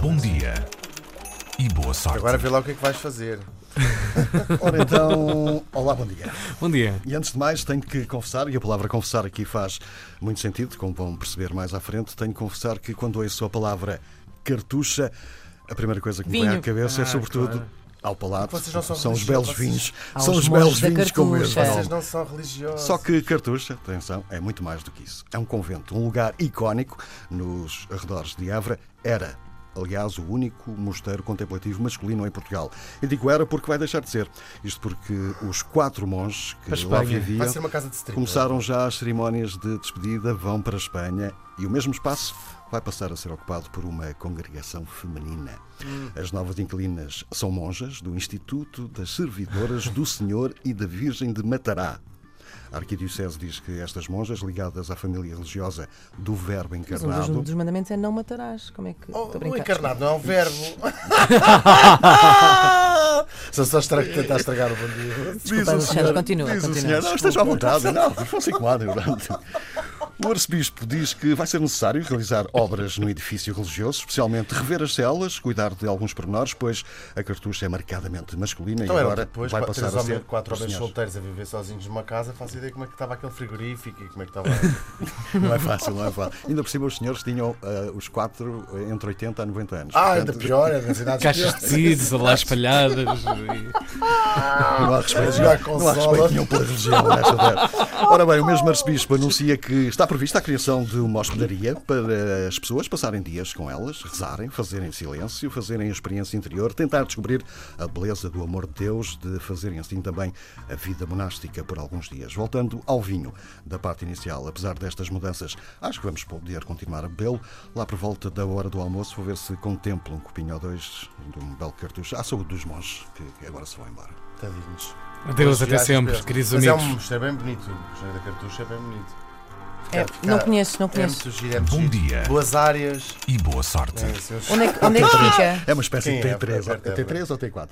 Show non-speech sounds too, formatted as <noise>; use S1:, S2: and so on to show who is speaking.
S1: Bom dia e boa sorte.
S2: Agora vê lá o que é que vais fazer.
S3: Ora então, olá, bom dia.
S4: Bom dia.
S3: E antes de mais, tenho que confessar, e a palavra confessar aqui faz muito sentido, como vão perceber mais à frente, tenho que confessar que quando ouço a palavra cartucha, a primeira coisa que me vem
S4: Vinho.
S3: à cabeça é
S4: Ah,
S3: sobretudo
S4: claro.
S3: ao palato.
S2: Vocês não são
S3: São os belos
S2: religiosos,
S3: vinhos.
S5: Há
S3: São
S5: os
S3: os belos
S5: monges da
S3: vinhos com
S5: Cartucha.
S3: esse
S2: Vocês
S3: nome.
S2: não são religiosos.
S3: Só que Cartucha, atenção, é muito mais do que isso. É um convento, um lugar icónico nos arredores de Évora. Era, aliás, o único mosteiro contemplativo masculino em Portugal. E digo era porque vai deixar de ser. Isto porque os quatro monges que lá
S2: Vai
S3: viviam
S2: ser uma casa de strip.
S3: começaram já as cerimónias de despedida, vão para a Espanha e o mesmo espaço vai passar a ser ocupado por uma congregação feminina. As novas inquilinas são monjas do Instituto das Servidoras do Senhor e da Virgem de Matará. A Arquidiocese diz que estas monjas, ligadas à família religiosa do Verbo
S5: Mas um dos,
S3: Encarnado,
S5: dos mandamentos é não matarás. Como é que.
S2: Oh,
S5: Tô a
S2: o
S5: brincar.
S2: encarnado não é
S3: <laughs>
S2: um verbo. Sou só estra... tentar estragar o bom dia.
S3: Diz
S5: Alexandre, continua,
S3: diz o
S5: continua,
S3: senhor, não, esteja à vontade, não, fosse incomodado. O arcebispo diz que vai ser necessário realizar obras no edifício religioso, especialmente rever as celas, cuidar de alguns pormenores, pois a cartucha é marcadamente masculina
S2: Então
S3: e
S2: era
S3: agora
S2: depois,
S3: vai
S2: quatro,
S3: passar
S2: três
S3: a ser.
S2: homens, quatro
S3: Sim,
S2: homens
S3: senhor.
S2: solteiros a viver sozinhos numa casa, faço ideia como é que estava aquele frigorífico e como é que
S3: <laughs>
S2: estava.
S3: Não é fácil, não é fácil. Ainda por cima, os senhores tinham ah, os quatro eh, entre 80 a 90 anos.
S2: ah, ainda
S3: Portanto,
S2: pior, é nas idades
S4: Caixas de
S2: piores.
S4: tecidos lá espalhadas.
S3: Não há respeito,
S2: Jogar
S3: não, há respeito
S2: consola.
S3: nenhum pela religião nesta terra. Ora bem, o mesmo arcebispo anuncia que está prevista a criação de uma hospedaria para as pessoas passarem dias com elas, rezarem, fazerem silêncio, fazerem a experiência interior, tentar descobrir a beleza do amor de Deus, de fazerem assim também a vida monástica por alguns dias. Voltando ao vinho da parte inicial, apesar destas mudanças, acho que vamos poder continuar a bebê-lo. Lá por volta da hora do almoço, vou ver se contemplo um copinho ou dois de um belo cartucho à saúde dos monges, que que agora se vão embora.
S2: Tadinhos.
S4: Adeus, até
S2: Viagens
S4: sempre,
S2: pesadas.
S4: queridos
S2: Mas
S4: amigos.
S2: É um mosteiro bem bonito. O mosteiro da Cartucha é bem bonito.
S5: É, não conheces, não
S2: É
S5: conheces.
S2: muito giro, é muito
S1: Bom
S2: giro.
S1: dia.
S2: Boas áreas.
S1: E boa sorte.
S2: É, assim, uns-
S5: Onde é que, onde é que fica?
S3: É uma espécie
S2: Sim,
S3: de
S2: é,
S3: T3.
S2: é, é, é.
S3: T3 ou T4?